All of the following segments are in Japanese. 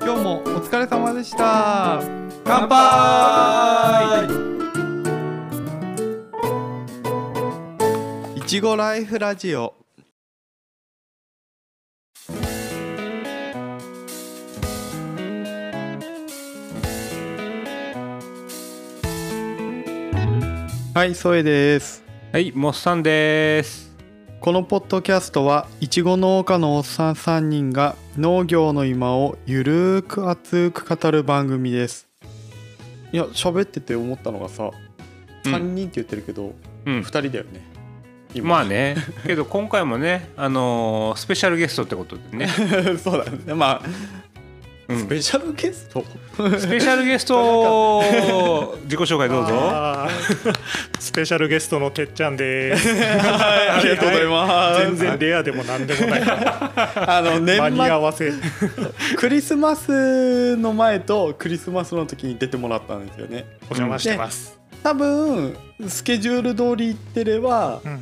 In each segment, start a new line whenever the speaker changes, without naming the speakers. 今日もお疲れ様でした乾
杯
いちごライフラジオはい、ソエです
はい、モッサンです。
このポッドキャストはいちご農家のおっさん3人が農業の今をゆるーく熱く語る番組ですいや喋ってて思ったのがさ
うん
3人って言ってるけど、
うん
2、人だよね今
まあね、けど今回もね、あのースペシャルゲストってことでね、
そうだねまあ、
うん
スペシャルゲスト
スペシャルゲストを自己紹介どうぞ。
あースペシャルゲストのてっちゃん です。
はいありがとうございます、
全然レアでも何でもない。
あの
間
年
に
末
合わせ。
クリスマスの前とクリスマスの時に出てもらったんですよね
お邪魔してます。
多分スケジュール通り行ってれば
うん。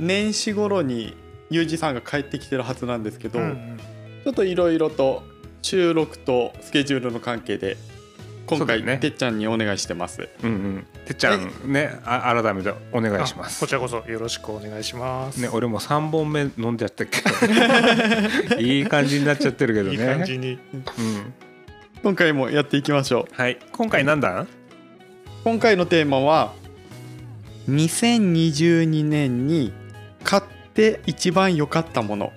年始頃にユージさんが帰ってきてるはずなんですけど、
うんうん
ちょっといろいろと収録とスケジュールの関係で今
そうだ
回、
よね
てっちゃんにお願いしてます
うんうん。てっちゃんね、あ改めてお願いしま
あ
す
こち。らこそよろしくお願いします。
ね、俺も三本目飲んじゃったけ ど、いい感じになっちゃってるけどね。
いい感じに。
うん。
今回もやっていきましょう
はい、今回なんだ？
今回のテーマは2022年に買って一番良かったもの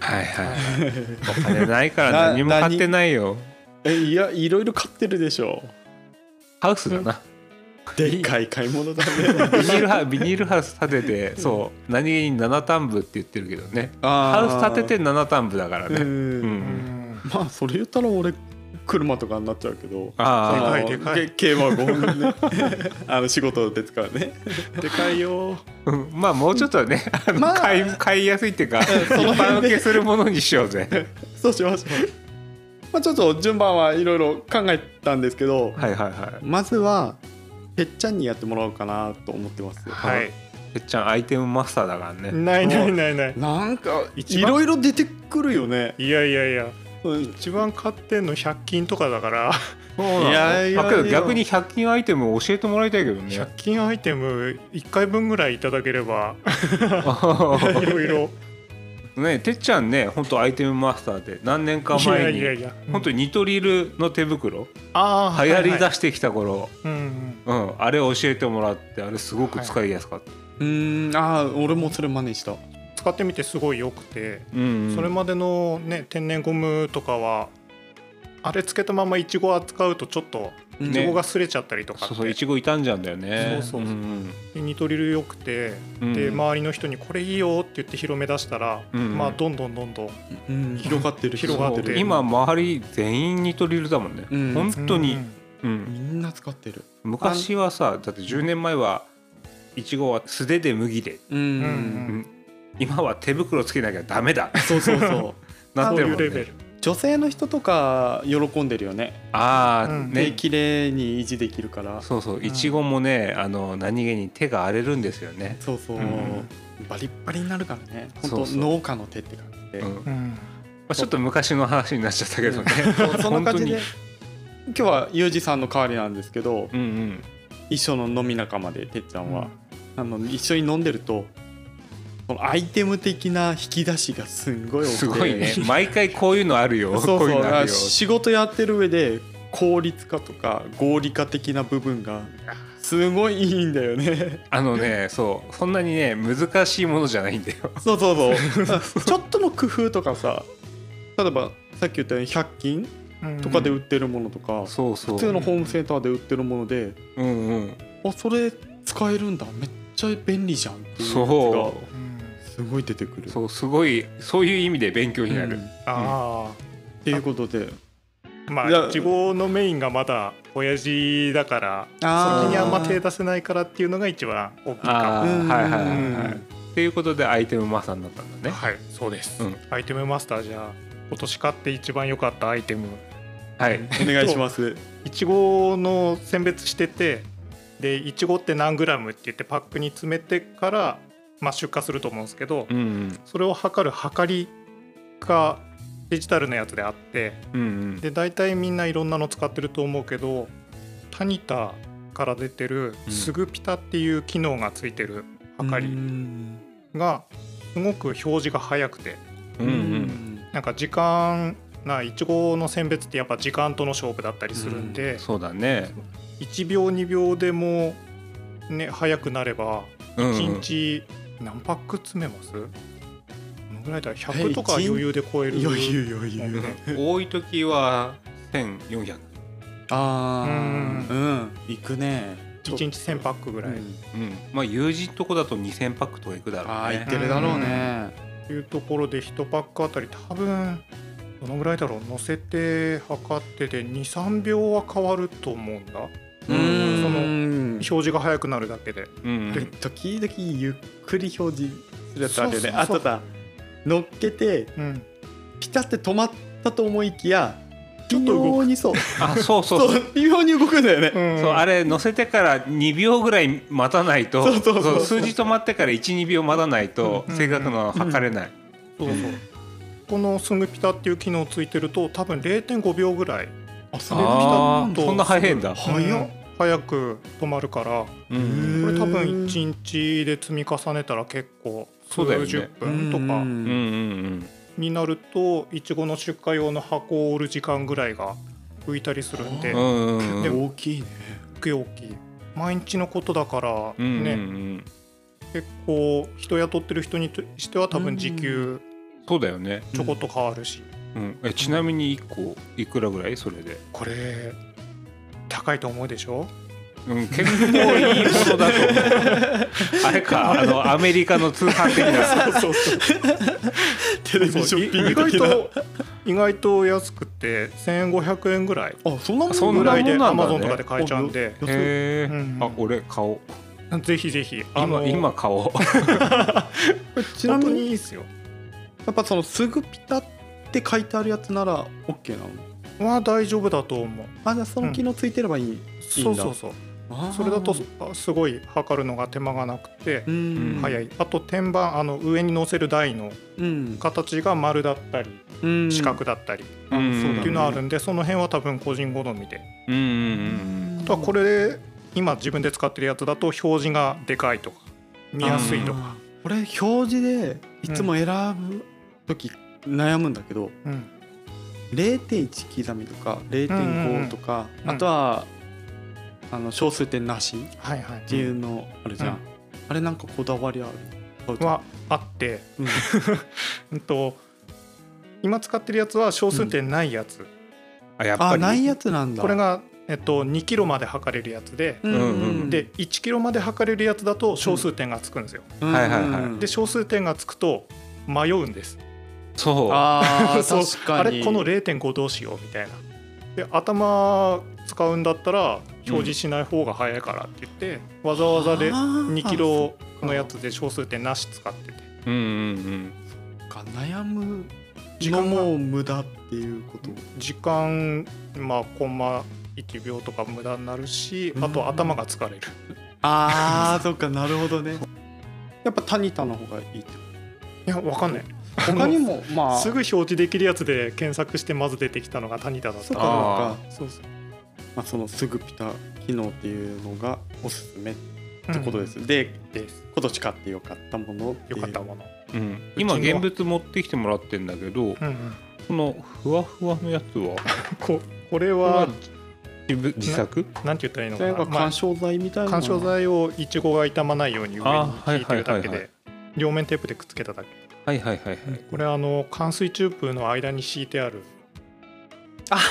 はいはい。 お金ないから何も買ってないよ。
えいやいろいろ買ってるでしょ
ハウスだな。
でっかい買い物だ
ビ
ね
ニールハビニールハウス建てて、そう何気に七単部って言ってるけどね。ハウス建てて七単部だから
う
ね。
ん
う。
うんん。
まあそれ言ったら俺車とかになっちゃうけど
あ
は
あ
い、でかい
け計は5分ねあの仕事で使う ねでかいよ
うんまあもうちょっとね、あの
まあ
買い買いやすいっていうか、一
その辺で
般受けするものにしようぜ。
そうしましょうまあちょっと順番はいろいろ考えたんですけど
はいはいはい。
まずはてっちゃんにやってもらおうかなと思ってます
はい。
てっちゃんアイテムマスターだからね。
ないないないない。
なんか
一
い
番
ろいろ出てくるよね
いやいやい
う
や。
ん
一番買ってんの100均とかだから、
そうなの
いやいや
まあけど逆に100均アイテムを教えてもらいたいけどね。
100均アイテム1回分ぐらいいただけ ればいろいろ。
ねてっちゃんね本当アイテムマスターで何年か
いや
前
い
に
やいや。
本当にニトリルの手袋
ああ
流行り
だ
出してきた頃、
うんうん。
うん、あれを教えてもらってあれすごく使いやすかった、
うーんああ俺もそれ真似した
使ってみてすごい良くて。
うんうん
それまでの、ね、天然ゴムとかはあれつけたままイチゴ扱うとちょっとイチ
ね
ゴが擦れちゃったりとかっ
そ
て、
うそういちご傷んじゃうんだよね
そうそう
う
そうんでニトリル良くて、
うん
で周りの人に「これいいよ」って言って広め出したら、
うん
まあ、どんどんどんどん
うん広がってる
広がって
そう
る
今周り全員ニトリルだもんね、
うん
本当に
うん、
うん
みんな使ってる
昔はさだって10年前はいちごは素手で麦で、
うん
うん
うん今は手袋つけなきゃダメ だ
そうそうそう
なっ
そう
てる
い
も
うんレベ
ね
ル、
女性の人とか喜んでるよね
ああ、
うん
ね
ね
綺麗に維持できるから
そうそううんいちごもねあの何気に手が荒れるんですよね、
そうそう、
うん
バリッバリになるからね
そ
本
う
当
そう
農家の手って感じで、
うんま
うん
あ、ちょっと昔の話になっちゃったけどね
そうそんな感じで 今
本
日はユージさんの代わりなんですけど
うんうん
一緒の飲み仲間でてっちゃんは、あの一緒に飲んでるとこのアイテム的な引き出しがすんごい多くて
すごいね毎回こういうのある
そ
よ
うそ
こ
う
ういう
だ
の
か
あ
ら
るよ
仕事やってる上で効率化とか合理化的な部分がすごいいいんだよ ね
あのねそうそんなにね難しいものじゃないんだよ
そうそうそう ちょっとの工夫とかさ例えばさっき言ったように100均
うん
とかで売ってるものとか、
そう そう
普通のホームセンターで売ってるもので、
うんうん
あそれ使えるんだめっちゃ便利じゃんっていうやつが
そ
うん
すごい出てくる
うそうすごいそういう意味で勉強になる、
うんっ
あ
ていうことで
あま
いや
あいちごのメインがまだ親父だから
あー
そっちにあんま手出せないからっていうのが一番大きい
あ
か
あ
うん
はいはいはいは
う
い
ん
っていうことでアイテムマサになったんだ
も
ね
はいそうです、
うん
アイテムマスターじゃあ今年買って一番良かったアイテム
はい
お願いします
いちごの選別しててでいちごって何グラムって言ってパックに詰めてから、まあ、出荷すると思うんですけど、
うんうん
それを測る測りがデジタルのやつであって
うんうん
で大体みんないろんなの使ってると思うけどタニタから出てる
うん
すぐピタっていう機能がついてる
うん
測りがすごく表示が早くて
うんうん
なんか時間なイチゴの選別ってやっぱ時間との勝負だったりするんで、
そうだね
1秒2秒でもね早くなれば
うんうん
1日何パック詰めます、どのぐらいだ
え
100とか
一日
余裕で超える
余裕余裕
多い時は1400
あー
う
うん行くね
1日1000パックぐらい、
うん
うんまあ友人とこだと2000パックとかいくだろ
あ
う
あ
ね
行ってるだろうね
というところで1パックあたり多分どのぐらいだろう乗せて測ってて23秒は変わると思うんだ
う
うんん
そ
その
の
表示が早くなるだけで
うんうん
で時々ゆっくり表示するやつあるよね
そうそうそう
あとさ乗っけて
うん
ピタって止まったと思いきや
ょ
微
っと動く
妙に そう
あそうそうそう
そう微妙に動くんだよね
そうあ
れ
れ乗せてから2秒ぐらい待たないと
そうそうそう
そう数字止まってから12秒待たないと
うん
正確なのは測れない、
そうそうこのすぐピタっていう機能ついてると多分0.5秒ぐらい
あそ
あ
れピタ
あ
ッ
ー
と
そんな早いんだ、
早っ
うん早く止まるから
う
うん
ん
これ多分1日で積み重ねたら結構
そうだよ
数
ね
十分と
う
か
うんうんん
になるといちごの出荷用の箱を売る時間ぐらいが浮いたりするんで
うんうんうん
でも
大きいね
くよき毎日のことだから
うんうんう
ね、
ん
結構人雇ってる人にとしては多分時給
そうだよね、
ちょこっと変わるし、
うん、えちなみに1個いくらぐらいそれで、
これ高いと思うでしょ
うん、結構いいものだと思うあれかあのアメリカの通販的な
そうそう
テレビショッピング的な
意外と意外と安くて1500円ぐらい
あそんなもん
そん
ぐ
な
らいで
もんな
ア
んだ
マ
ね
ゾンとかで買えちゃうん で、
安い
へえ、
うん
あ俺買おう
ぜひぜひあ
今
の
今買おう
ちな
本
み
当にい
に
いですよ
やっぱそのすぐピタって書いてあるやつなら OK なの
は大丈夫だと思う
あじゃあその機能ついてればいい、
そうそうそう
あー
それだとあすごい測るのが手間がなくて
うん
早いあと天板あの上に載せる台の
うん
形が丸だったり
うん
四角だったりっ
うん
そうだ
ていうのはあるんでその辺は多分個人好みで
うんうんうん
あとはこれで今自分で使ってるやつだと表示がでかいとか見やすいとか、
あーこれ表示でいつも選ぶ時悩むんだけど、
うん
0.1刻みとか
うんうんう
0.5
ん
とか、
うん
あとはあの小数点なしっ
はいはい
ていうのあるじゃん、
うん
あれなんかこだわりある
はあって、
うん
うんと今使ってるやつは小数点ないやつ、
あやっぱ
あ
り
ないやつなんだ
これが、えっと、2キロまで測れるやつで、
うんうん
で1キロまで測れるやつだと小数点がつくんですよ、
うんうん
はいはいはい
うん
で小数点がつくと迷うんです
そう
あ
そう
ー確かに
あれこの0.5どうしようみたいなで頭使うんだったら表示しない方が早いからって言って、わざわざで
あー
2キロのやつで小数点なし使ってて
うんうん
か悩む
時
の
間が
も無駄っていうこと
時間まあコンマ1秒とか無駄になるしあ
うん
と頭が疲れる、
あーそっかなるほどねやっぱタニタの方がいいって
いやわかんない
他にもまあ
すぐ表示できるやつで検索してまず出てきたのがタニタだっ
そ
た
うか
あ
な
あ
んかそうそうまあそのすぐピタ機能っていうのがおすすめってことです、で
です
今年買ってよかったものってい
よ
う
かったもの、
うんうん今
うちの
現物持ってきてもらってんだけど
うんうん
このふわふわのやつは
ここれ
これは
は
自分自作
なんて言ったらいいの
それ
か
な
なん
か緩衝材みたいな
緩衝材をイチゴが傷まないように上に引いて
あはいは
るだけ
いはいはい
で両面テープでくっつけただけ
はいはいはいはい
これあの冠水チューブの間に敷いてある
あーあー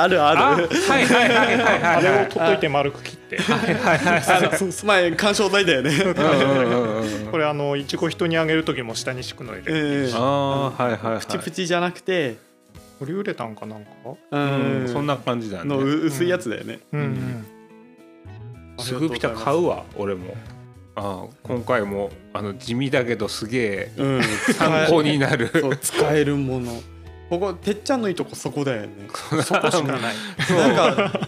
あーあるある
はいはいはいはい
あ
はい
れ
は
を
い
取っといて丸く切って
はいはい
あのまあ緩衝材だよね
うんうんうんうん
これあのいちご人にあげる時も下に敷くので
うん
あーはいはいはい
プチプチじゃなくて
ポリウレタンかなんか
う
うん
ん
そんな感じだ
の
ね
薄いやつだよね
うん、
すぐピタ買うわ俺もあー今回もあの地味だけどすげえ
うん
参考になる
そう使えるものここてっちゃんのいいとこそこだよね
そこしか ない
なんか
派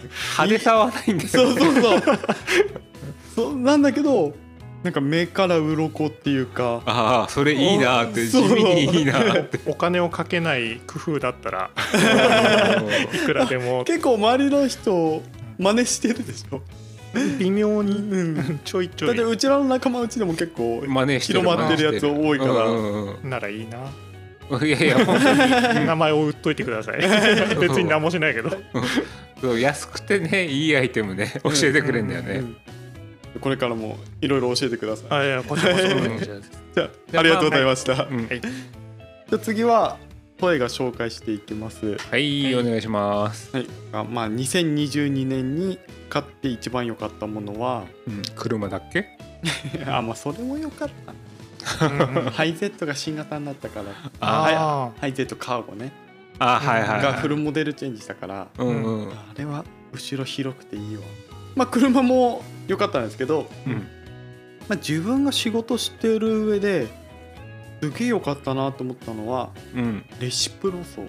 手さはないんだよ
そうそうそうそうなんだけどなんか目から鱗っていうか
ああそれいいなーって地
そう
味にいいなーって
お金をかけない工夫だったらいくらでも
結構周りの人真似してるでしょ、
微妙
う
に
ん、だ
ちょいちょ
って
いう
ちらの仲間うちでも結構
真似してる
広まってるやつ多いから
うんうん
ならいいな
うんいやいや本当に
名前を売っといてください別に何もしないけど
そう安くてねいいアイテムね教えてくれんだよね、
うんこれからもいろいろ教えてください
あいやこちらこ
うん
そ
うんじゃ
じゃ
じゃ
あ
あ
ありがとうございました、
あうん
はい
じゃあ次はトエが紹介していきます
はいお願いします、
はいあまあ2022年に買って一番良かったものは
うん、車だっけ
あまあそれも良かった
うん
ハイゼットが新型になったから
あ
あ
ハイゼットカーゴね
あはいはい、はい、
がフルモデルチェンジしたから
うんうん
あれは後ろ広くていいわまあ車も良かったんですけど、
うん
まあ、自分が仕事してる上ですげえ良かったなと思ったのは
うん
レシプロ層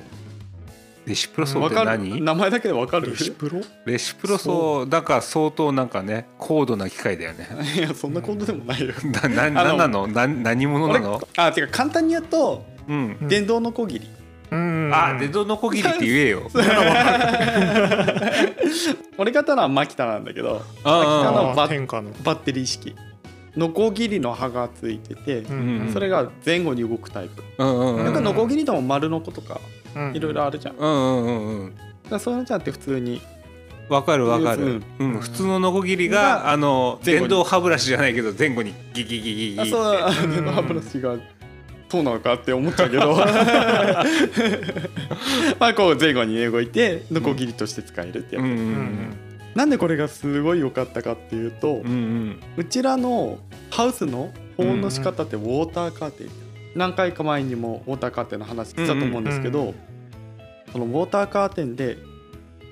レシプロソ
わ
って
かる
何
名前だけでわか
ー
る
レシプロ
レシプロソだから相当なんかね高度な機械だよね
いやそんなことでもないよ、
なな
あの
なんなのな何者なの
あてか簡単に言うと
うん
電動のこぎり、
うん
あでどのこぎりって言え よ
俺がたのはマキタなんだけど
あ
あ
あ
のバッ
天下の
バッテリー式のこぎりの刃がついてて、
んうん
それが前後に動くタイプ、
うんうんう
な
んうんん
かのこぎりでも丸のことか
うん
いろいろあるじゃん、だか
うんうんうん
らそういうのじゃなくて普通に
わかるわかる、うん普通のノコギリが、
が
あの
前後に
電動歯ブラシじゃないけど前後にギギギギギ
あ
って
そうあ
うん
の歯ブラシがそうなのかって思っちゃうけどまあこう前後に動いてのこぎりとして使えるってや
う
つ、
んう
うん
ん
なんでこれがすごい良かったかっていうと、
うんうん
うちらのハウスの保温の仕方ってウォーターカーテン、何回か前にもウォーターカーテンの話したと思うんですけど、
うんう
このウォーターカーテンで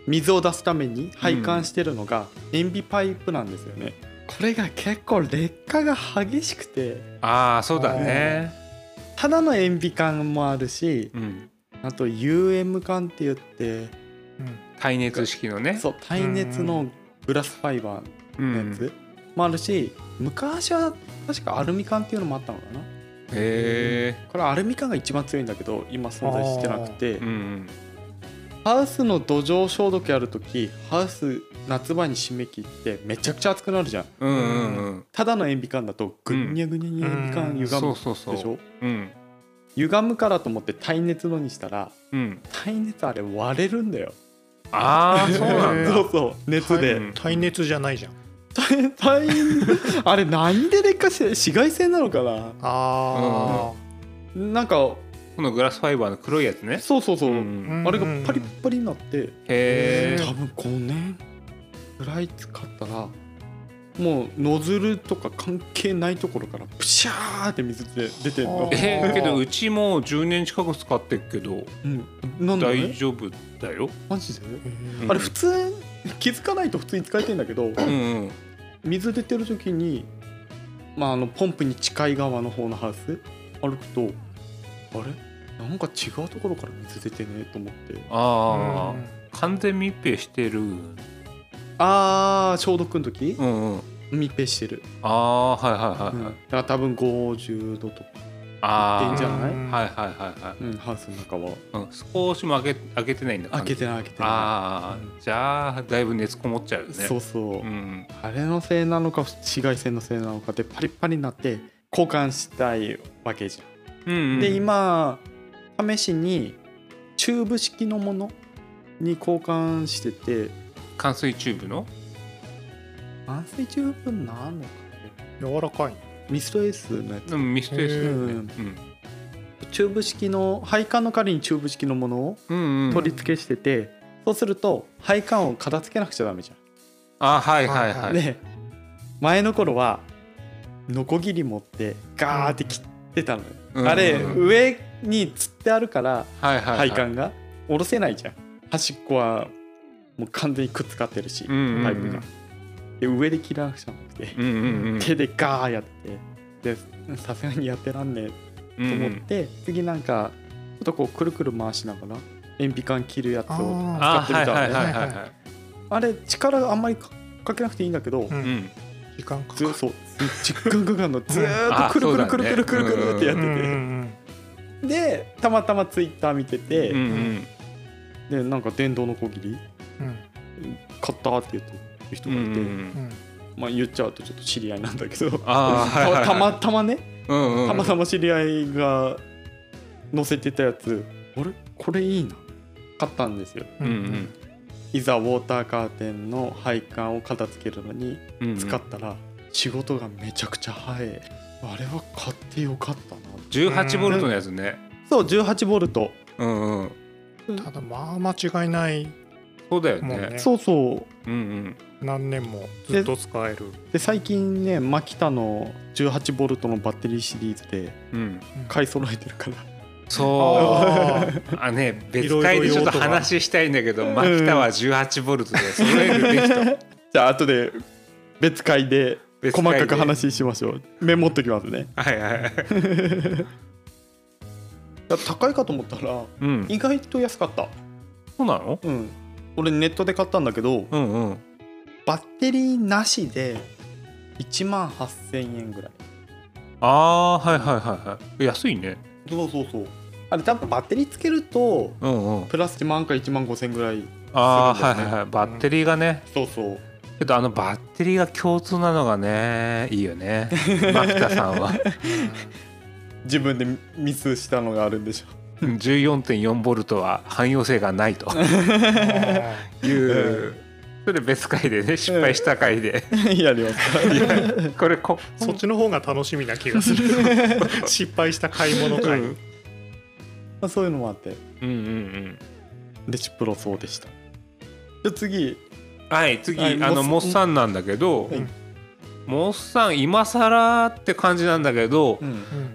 水を出すために配管してるのが塩ビパイプなんですよね、これが結構劣化が激しくて
ああそうだね、
ただの塩ビ管もあるし
うん、
あと UM 管って言って
うん
耐熱式のね
そう耐熱のグラスファイバー
う
のや
ん、
つもあるし、昔は確かアルミ管っていうのもあったのかな
へ
これアルミ缶が一番強いんだけど今存在してなくて
え、うん
ハウスの土壌消毒やるときハウス夏場に締め切ってめちゃくちゃ熱くなるじゃん
うんうんうん
ただの塩ビ缶だとぐにゃぐにゃに塩ビ缶
うん
歪むでし
そ
ょ
う、そうそううん
歪むからと思って耐熱のにしたら
うん
耐熱あれ割れるんだよ
ああそうなんだ、
へ
そうそう熱で、
はい
耐熱じゃないじゃん
耐耐あれ何で劣化して紫外線なのかな
あ
なんか
このグラスファイバーの黒いやつね
そうそうそう、
ん
うん
あれがパリッパリになって、
へ
多分5年ぐらい使ったらもうノズルとか関係ないところからプシャーって水で出てるの
は、
え
あ
えけどうちもう10年近く使ってるけど
うん、なんだ
大
ね
丈夫だよ、
マジで、
うん
あれ普通気づかないと普通に使えてんだけど、
うんうん、
水出てる時に、まあ、あのポンプに近い側の方のハウス歩くとあれなんか違うところから水出てねと思って
ああ、完全密閉してるうん
あー消毒の時、
うん
密閉してる、
ああはいは
う
い
ん、だ
はい、はい
から多分50度とか、
あ
いいんじゃ
あ
ない
はいはいはいは、
うん、ハウスの中はい
うん、少しも開け開けてないんだ
開けてない開けてない
ああじゃあだいぶ熱こもっちゃうよね
そうそう、
うん
あれのせいなのか紫外線のせいなのかでパリッパリになって交換したいわけじゃ
うん
ん、
うん、
で今試しにチューブ式のものに交換してて
乾水チューブの
軟水チューブなのか
柔らかい
ミストエースのやつ、
うんミステースだよね
へ
うん
チューブ式の配管の代わりにチューブ式のものを
うんうん
取り付けしてて、そうすると配管を片付けなくちゃダメじゃん
あはいはいはい、
で前の頃はノコギリ持ってガーって切ってたのよ、
うん
あれ、
うん
上につってあるから
はいはいはい
配管が下ろせないじゃん端っこはもう完全にくっつかってるし、
うんうんうん
パイプがで上で切らなくちゃなくて、
うんうんうん
手でガーやってでさすがにやってらんね
う
え
ん
と
う
思っ
ん
て、次なんかちょっとこうくるくる回しながら鉛筆管切るやつを
あ
使
あ
ー
ってみ
は
た
い
のね
はい
あ,、
はいはいはい
れ力あんまりかかけなくていいんだけど、
う
うんん
時間かか
ず
る
そう実感かかんのずーっとくるくるくるくるくるくるってやって
うんうん
て
うん
でたまたまツイッター見てて、
うんうん
でなんか電動のこぎり
うん
買ったって言ってる人
う
がいて、
ん
うん
まあ、言っちゃうとちょっと知り合いなんだけど
あーはいはいはい
たまたまね
うんうん
たまたま知り合いが載せてたやつ、あれこれいいな買ったんですよ
うんうん
いざウォーターカーテンの配管を片付けるのに
うんうん
使ったら仕事がめちゃくちゃ早いあれは買ってよかったな
18ボルトのやつね
そう18ボルト
うんうん
ただまあ間違いない
そうだよ
もんね
ね
そうそう
うんうん
何年もずっと使える
で最近ねマキタの18ボルトのバッテリーシリーズで
うん
買い揃えてるから
そう
あ
あね別回でちょっと話したいんだけどマキタは18ボルトで揃えるべきと
じゃあ後で別会で
別
細
回で
かく話しましょうメモっときますね
はいはいはい
いや高いかと思ったら
うん
意外と安かった
そうなの
うん俺ネットで買ったんだけど
うんうん
バッテリーなしで1万8000円ぐらい
ああーはいはいはいはい安いね
そうそうそうあれ多分バッテリーつけると
うんうん
プラス1万か1万5000ぐらい
ああ
する
は
ん
い
だよね
はいはいバッテリーがね
そうそう
けどあのバッテリーが共通なのがねいいよ ねマキタさんは
自分でミスしたのがあるんでしょ
14.4ボルトは汎用性がないといううそれ別回でね失敗した回で
やりますか
これこ
そっちの方が楽しみな気がする失敗した買い物会
うん
まあそういうのもあって
うんうんうん
レシプロそうでしたじゃあ次
はい次、
はい
あ
モ
のモ
ッサン
ッサンなんだけど、
うん
モッサン今更って感じなんだけど、
ん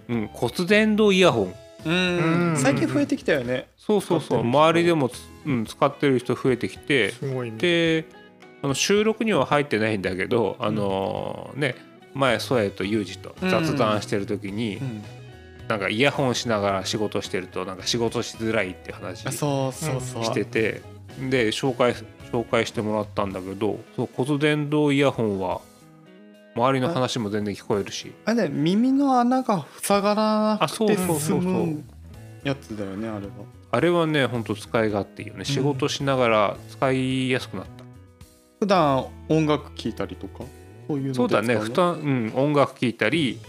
うん
うん骨伝導イヤホン
うん
うん
最近増えてきたよね
そうそうそ
使ってる
う
人
周りでもつ、うん、使ってる人増えてきて
すごいね
であの収録には入ってないんだけどあのーね前ソエとユージと雑談してる時に、
ん
なんかイヤホンしながら仕事してるとなんか仕事しづらいって話
あ
し
そうそうそう
ててで紹介紹介してもらったんだけどそう骨伝導イヤホンは周りの話も全然聞こえるし
あれね耳の穴が塞がらな
あそ
く
う
て
そう
済
そうそう
むやつだよねあれは
あれはねほんと使い勝手いいよね仕事しながら使いやすくなった、
普段音楽聴いたりとかそういうので
そうだね
使
負担、うん、音楽聴いたり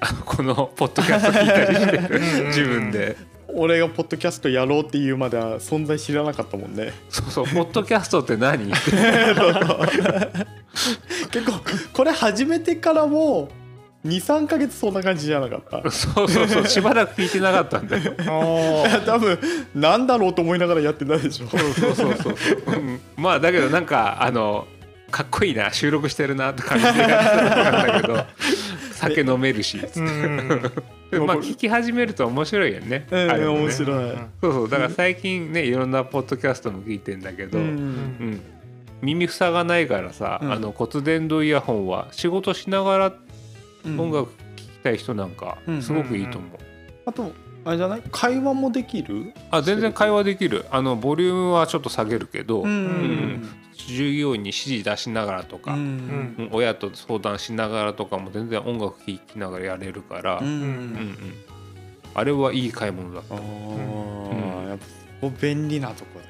あのこのポッドキャスト聴いたりしてる
うんうんうん
自分で
俺がポッドキャストやろうっていうまでは存在知らなかったもん ね
そうそうポッドキャストって何
結構これ始めてからもう23ヶ月そんな感じじゃなかった
そうそうそうしばらく聞いてなかったんだよ
あ
多分なんだろうと思いながらやってたでしょ
そうそうそうそう、うんまあだけどなんかあのかっこいいな収録してるなって感じでやってたんだ けど酒飲めるし
ーうん
でも
まあ
これ
聞き始めると面白いよね、
うん
あれもね
面白い
そうそうだから最近ねいろんなポッドキャストも聞いてんだけど、
うん
うん耳塞がないからさ、
うん
あの骨伝導イヤホンは仕事しながら音楽聴きたい人なんか
うん
すごくいいと思う、
あとあれじゃない会話もできる
あ全然会話できるあのボリュームはちょっと下げるけど、
うん
従業員に指示出しながらと
う
か、
ん
うん親と相談しながらとかも全然音楽聴きながらやれるから、
う
うん
ん
うんあれはいい買い物だった
ああ、やっぱそこ便利なとこだ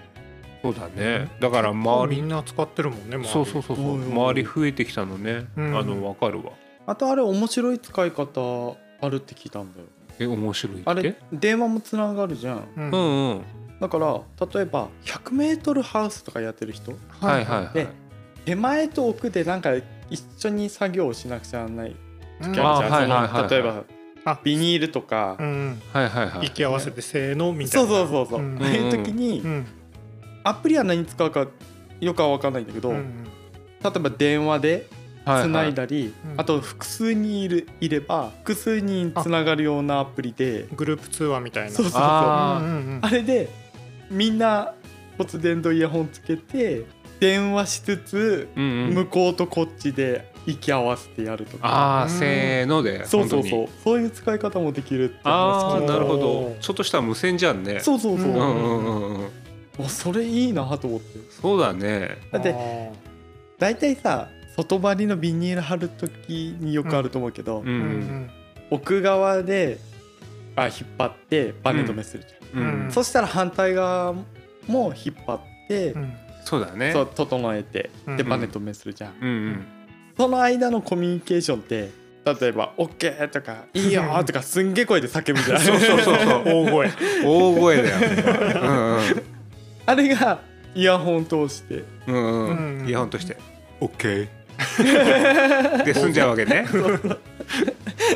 そうだねだから周
み
り
んな使ってるもんね周り
そうそうそうそう
おいおい
周り増えてきたのね、
うん
あのわかるわ
あとあれ面白い使い方あるって聞いたんだよ
え面白いって
あれ電話もつながるじゃん
うん
うん
は
うん
だから例えば 100m ハウスとかやってる人
はいはいはい
で手前と奥でなんか一緒に作業をしなくちゃならない
う
時あ
ん
るじゃん
あはいはいはいはい
その例えば
あ
ビニールとか
う、ん
はいはいはい
息合わせてせーのみた
そ
いうな
そうそうそう、
ん
ああいう時に、
うん
アプリは何使うかよくは分かんないんだけど、
うん
例えば電話で
は
つないだり、
うん
あと複数人いるいれば複数人つながるようなアプリで
グループ通話みたいな
そうそうそうあ
あー
うんうんうん
れでみんな骨伝導イヤホンつけて電話しつつ、
うんうん
向こうとこっちで息合わせてやるとか
ああ
うん
せーので
そうそうそ
本
うそういう使い方もできるって
当にああ
聞い
な
た
るほ
お
ど
ー
ちょっとした無線じゃんね
そうそうそう、
う
うんうんうんうん
あそれいいなと思って
そうだね
だって
あ
大体さ外張りのビニール貼る時によくあると思うけど、
う
うん
ん
奥側であ引っ張ってバネ止めするじゃん、
うんうん
ん
そしたら反対側も引っ張って、
うん
そうだね
そう整えて
うん
でバネ止めするじゃん、
うんうん
その間のコミュニケーションって例えば「OK」とか「いいよ」とかすんげえ声で叫ぶじゃん
そうそうそうそう
大声
大声だよ
あれがイヤホン通して
うんうんうん
う
うんんイヤホンとして OK で済んじゃうわけ ね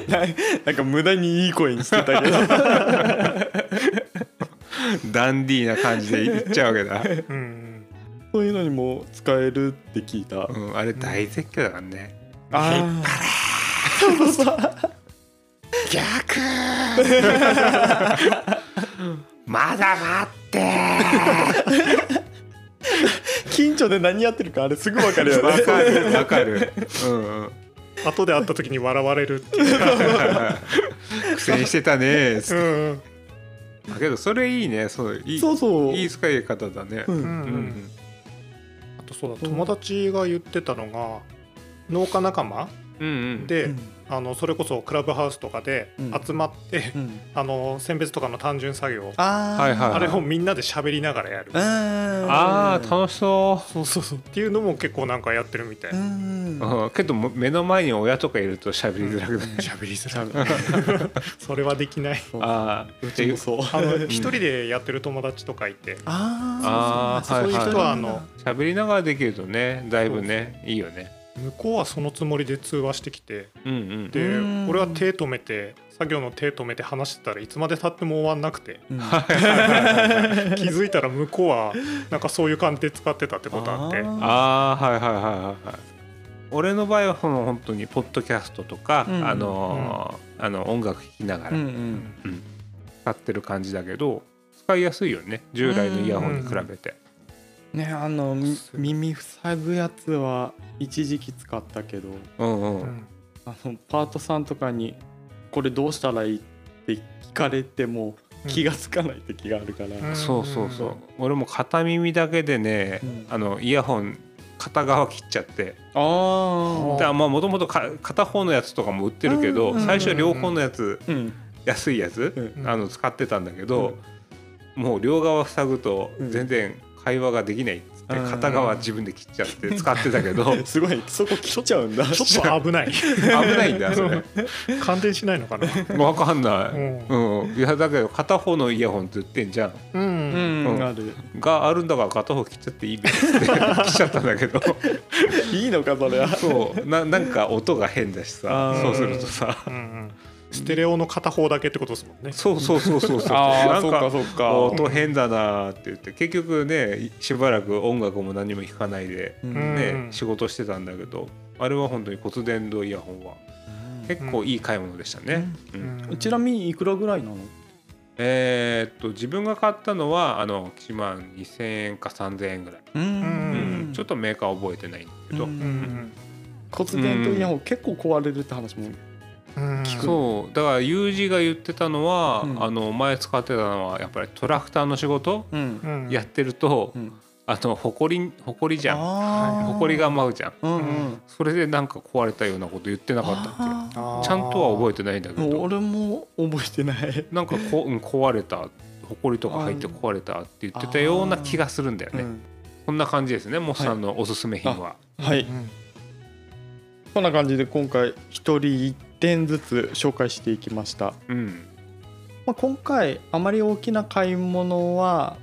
ななんか無駄にいい声にしてたけど
ダンディーな感じで言っちゃうわけだ、
うん
そういうのにも使えるって聞いた
うん、あれ大絶叫だからね
あーそうそう そう
逆まだ待って
近所で何やってるかあれすぐ分かるよ
わ
ね
かるわかるうんうん
後で会った時に笑われるっていう
苦戦してたね
うん
だけどそれいいねそういい
そうそう
いい使い方だね
うん
うん
う
うん
ん
あとそうだ友達が言ってたのが農家仲間
うんうん
で、
うん
あのそれこそクラブハウスとかで
うん
集まって、
うん
あの選別とかの単純作業
あー
はいはい
あれをみんなで喋りながらやる
うん
っ
あー楽しそう
そうそうそう
ていうのも結構なんかやってるみたいうな。
ん
うんけども目の前に親とかいると喋りづらくない、
喋りづらいそれはできない
ああ
うちもそう
あ の一人でやってる友達とかいて
あー
あー
そうそう
はいはい
そういう人はあの
喋りながらできるとねだいぶねいいよね
向こうはそのつもりで通話してきて
うんうん
で
うん
俺は手止めて作業の手止めて話してたらいつまでたっても終わんなく て
うん
気づいたら向こうはなんかそういう感じで使ってたってことあって
あー
ああはいはいはいはいはい俺の場合はその本当にポッドキャストとか、
うん
あのーあの音楽聴きなが
う
ら
んうん
使ってる感じだけど、使いやすいよね従来のイヤホンに比べて、
ねあのみ耳塞ぐやつは一時期使ったけど
うんうん
うん
あのパートさんとかに「これどうしたらいい?」って聞かれても
うん
気がつかない時があるから、
ん
そうそうそう俺も片耳だけでね、
うん
あのイヤホン片側切っちゃって
あ
でまあもともと片方のやつとかも売ってるけ
うん
ど、
うんうん
最初両方のやつ
あうん
安いやつ、
うん
あの使ってたんだけど、もう両側塞ぐと
うん
全然会話ができないっつって、
うん
片側自分で切っちゃ って使ってたけど
すごいそこ切っちゃうんだ
ちょっと 危ない
危ないんだそれ
感電しないのかな
分かんない、
う
うんいやだけど片方のイヤホンって売ってんじゃん
う
うんん、
うん
ある
があるんだから片方切っちゃっていいべっつって切っちゃったんだ けど
いいのかそれは
そうななんか音が変だしさ
あー
そうするとさ
うんうんステレオの片方だけってことですもんね
そうそうそうそうそう
あ
な
あ
ん
そっかそっか
音変だなーって言って結局ねしばらく音楽も何も聴かないで、
うん
うん
ね仕事してたんだけどあれは本当に骨伝導イヤホンは結構いい買い物でしたね、うん
うん
ちなみにいくらぐらいなの
えーっと自分が買ったのはあの1万2000円か3000円ぐらい、
う
うん
うん
ちょっとメーカー覚えてないんだけど、
う
うんん
骨伝導イヤホン結構壊れるって話も
うん聞
そうだから友人が言ってたのは、
うん
あの前使ってたのはやっぱりトラクターの仕事
うん
うん
やってると、
うん
あのほこりほこりじゃん
あー
ほこりが舞うじゃん
うんうん
それでなんか壊れたようなこと言ってなかったっ
あ
けちゃんとは覚え
て
てないんだけ
ーもう
ど
俺も覚えてない
なんかこ、うん、壊れた埃とか入って壊れたって言ってたような気がするんだよね、こんな感じですねモスさんのおすすめ品は、
はいこんな感じで今回一人一点ずつ紹介していきました、
うん
まあ、今回あまり大きな買い物は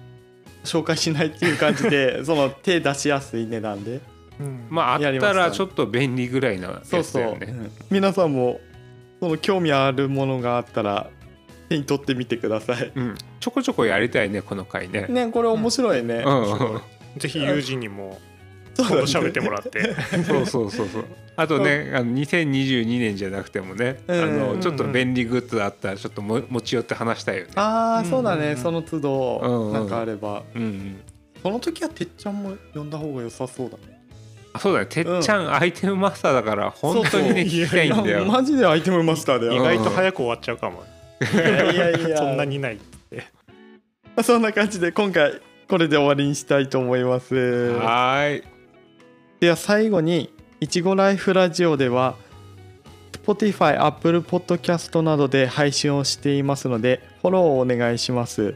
紹介しないっていう感じ でその手出しやすい値段で
まああっ
やりまし
た
た
ら
ね
ちょっと便利ぐらいな
そ
や
う
つ
そう、
だよね
うん皆さんもその興味あるものがあったら手に取ってみてください
うん、ちょこちょこやりたいねこの回ね
ねこれ面白いね、
うん、
ぜひ友人にも
そう
今
だね
度喋ってもら って
そうそうそうそうあとねあの2022年じゃなくてもね、
うん
あのちょっと
うん
便利グッズあったらちょっとも持ち寄って話したいよね
ああ
うん
そうだね、
うん
その都
うん
度
うん
なんかあれば、
うんうん
その時はてっちゃんも呼んだ方が良さそうだね
あそうだねてっちゃん、アイテムマスターだから本当にね
そうそう
聞きたいんだ
い
よ
やマジでアイテムマスターだ
意
よ
外と早く終わっちゃうかも
いやいやいや
そんなにない
まあそんな感じで今回これで終わりにしたいと思います。
はーい
では最後にいちごライフラジオでは Spotify、Apple Podcast などで配信をしていますのでフォローをお願いします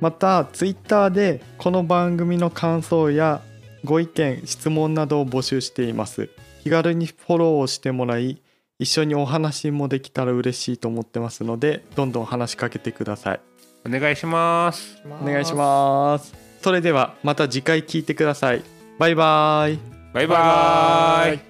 また Twitter でこの番組の感想やご意見質問などを募集しています気軽にフォローをしてもらい一緒にお話もできたら嬉しいと思ってますのでどんどん話しかけてください
お願いします
お願いしますそれではまた次回聞いてくださいバイバイ
バイバーイ
イ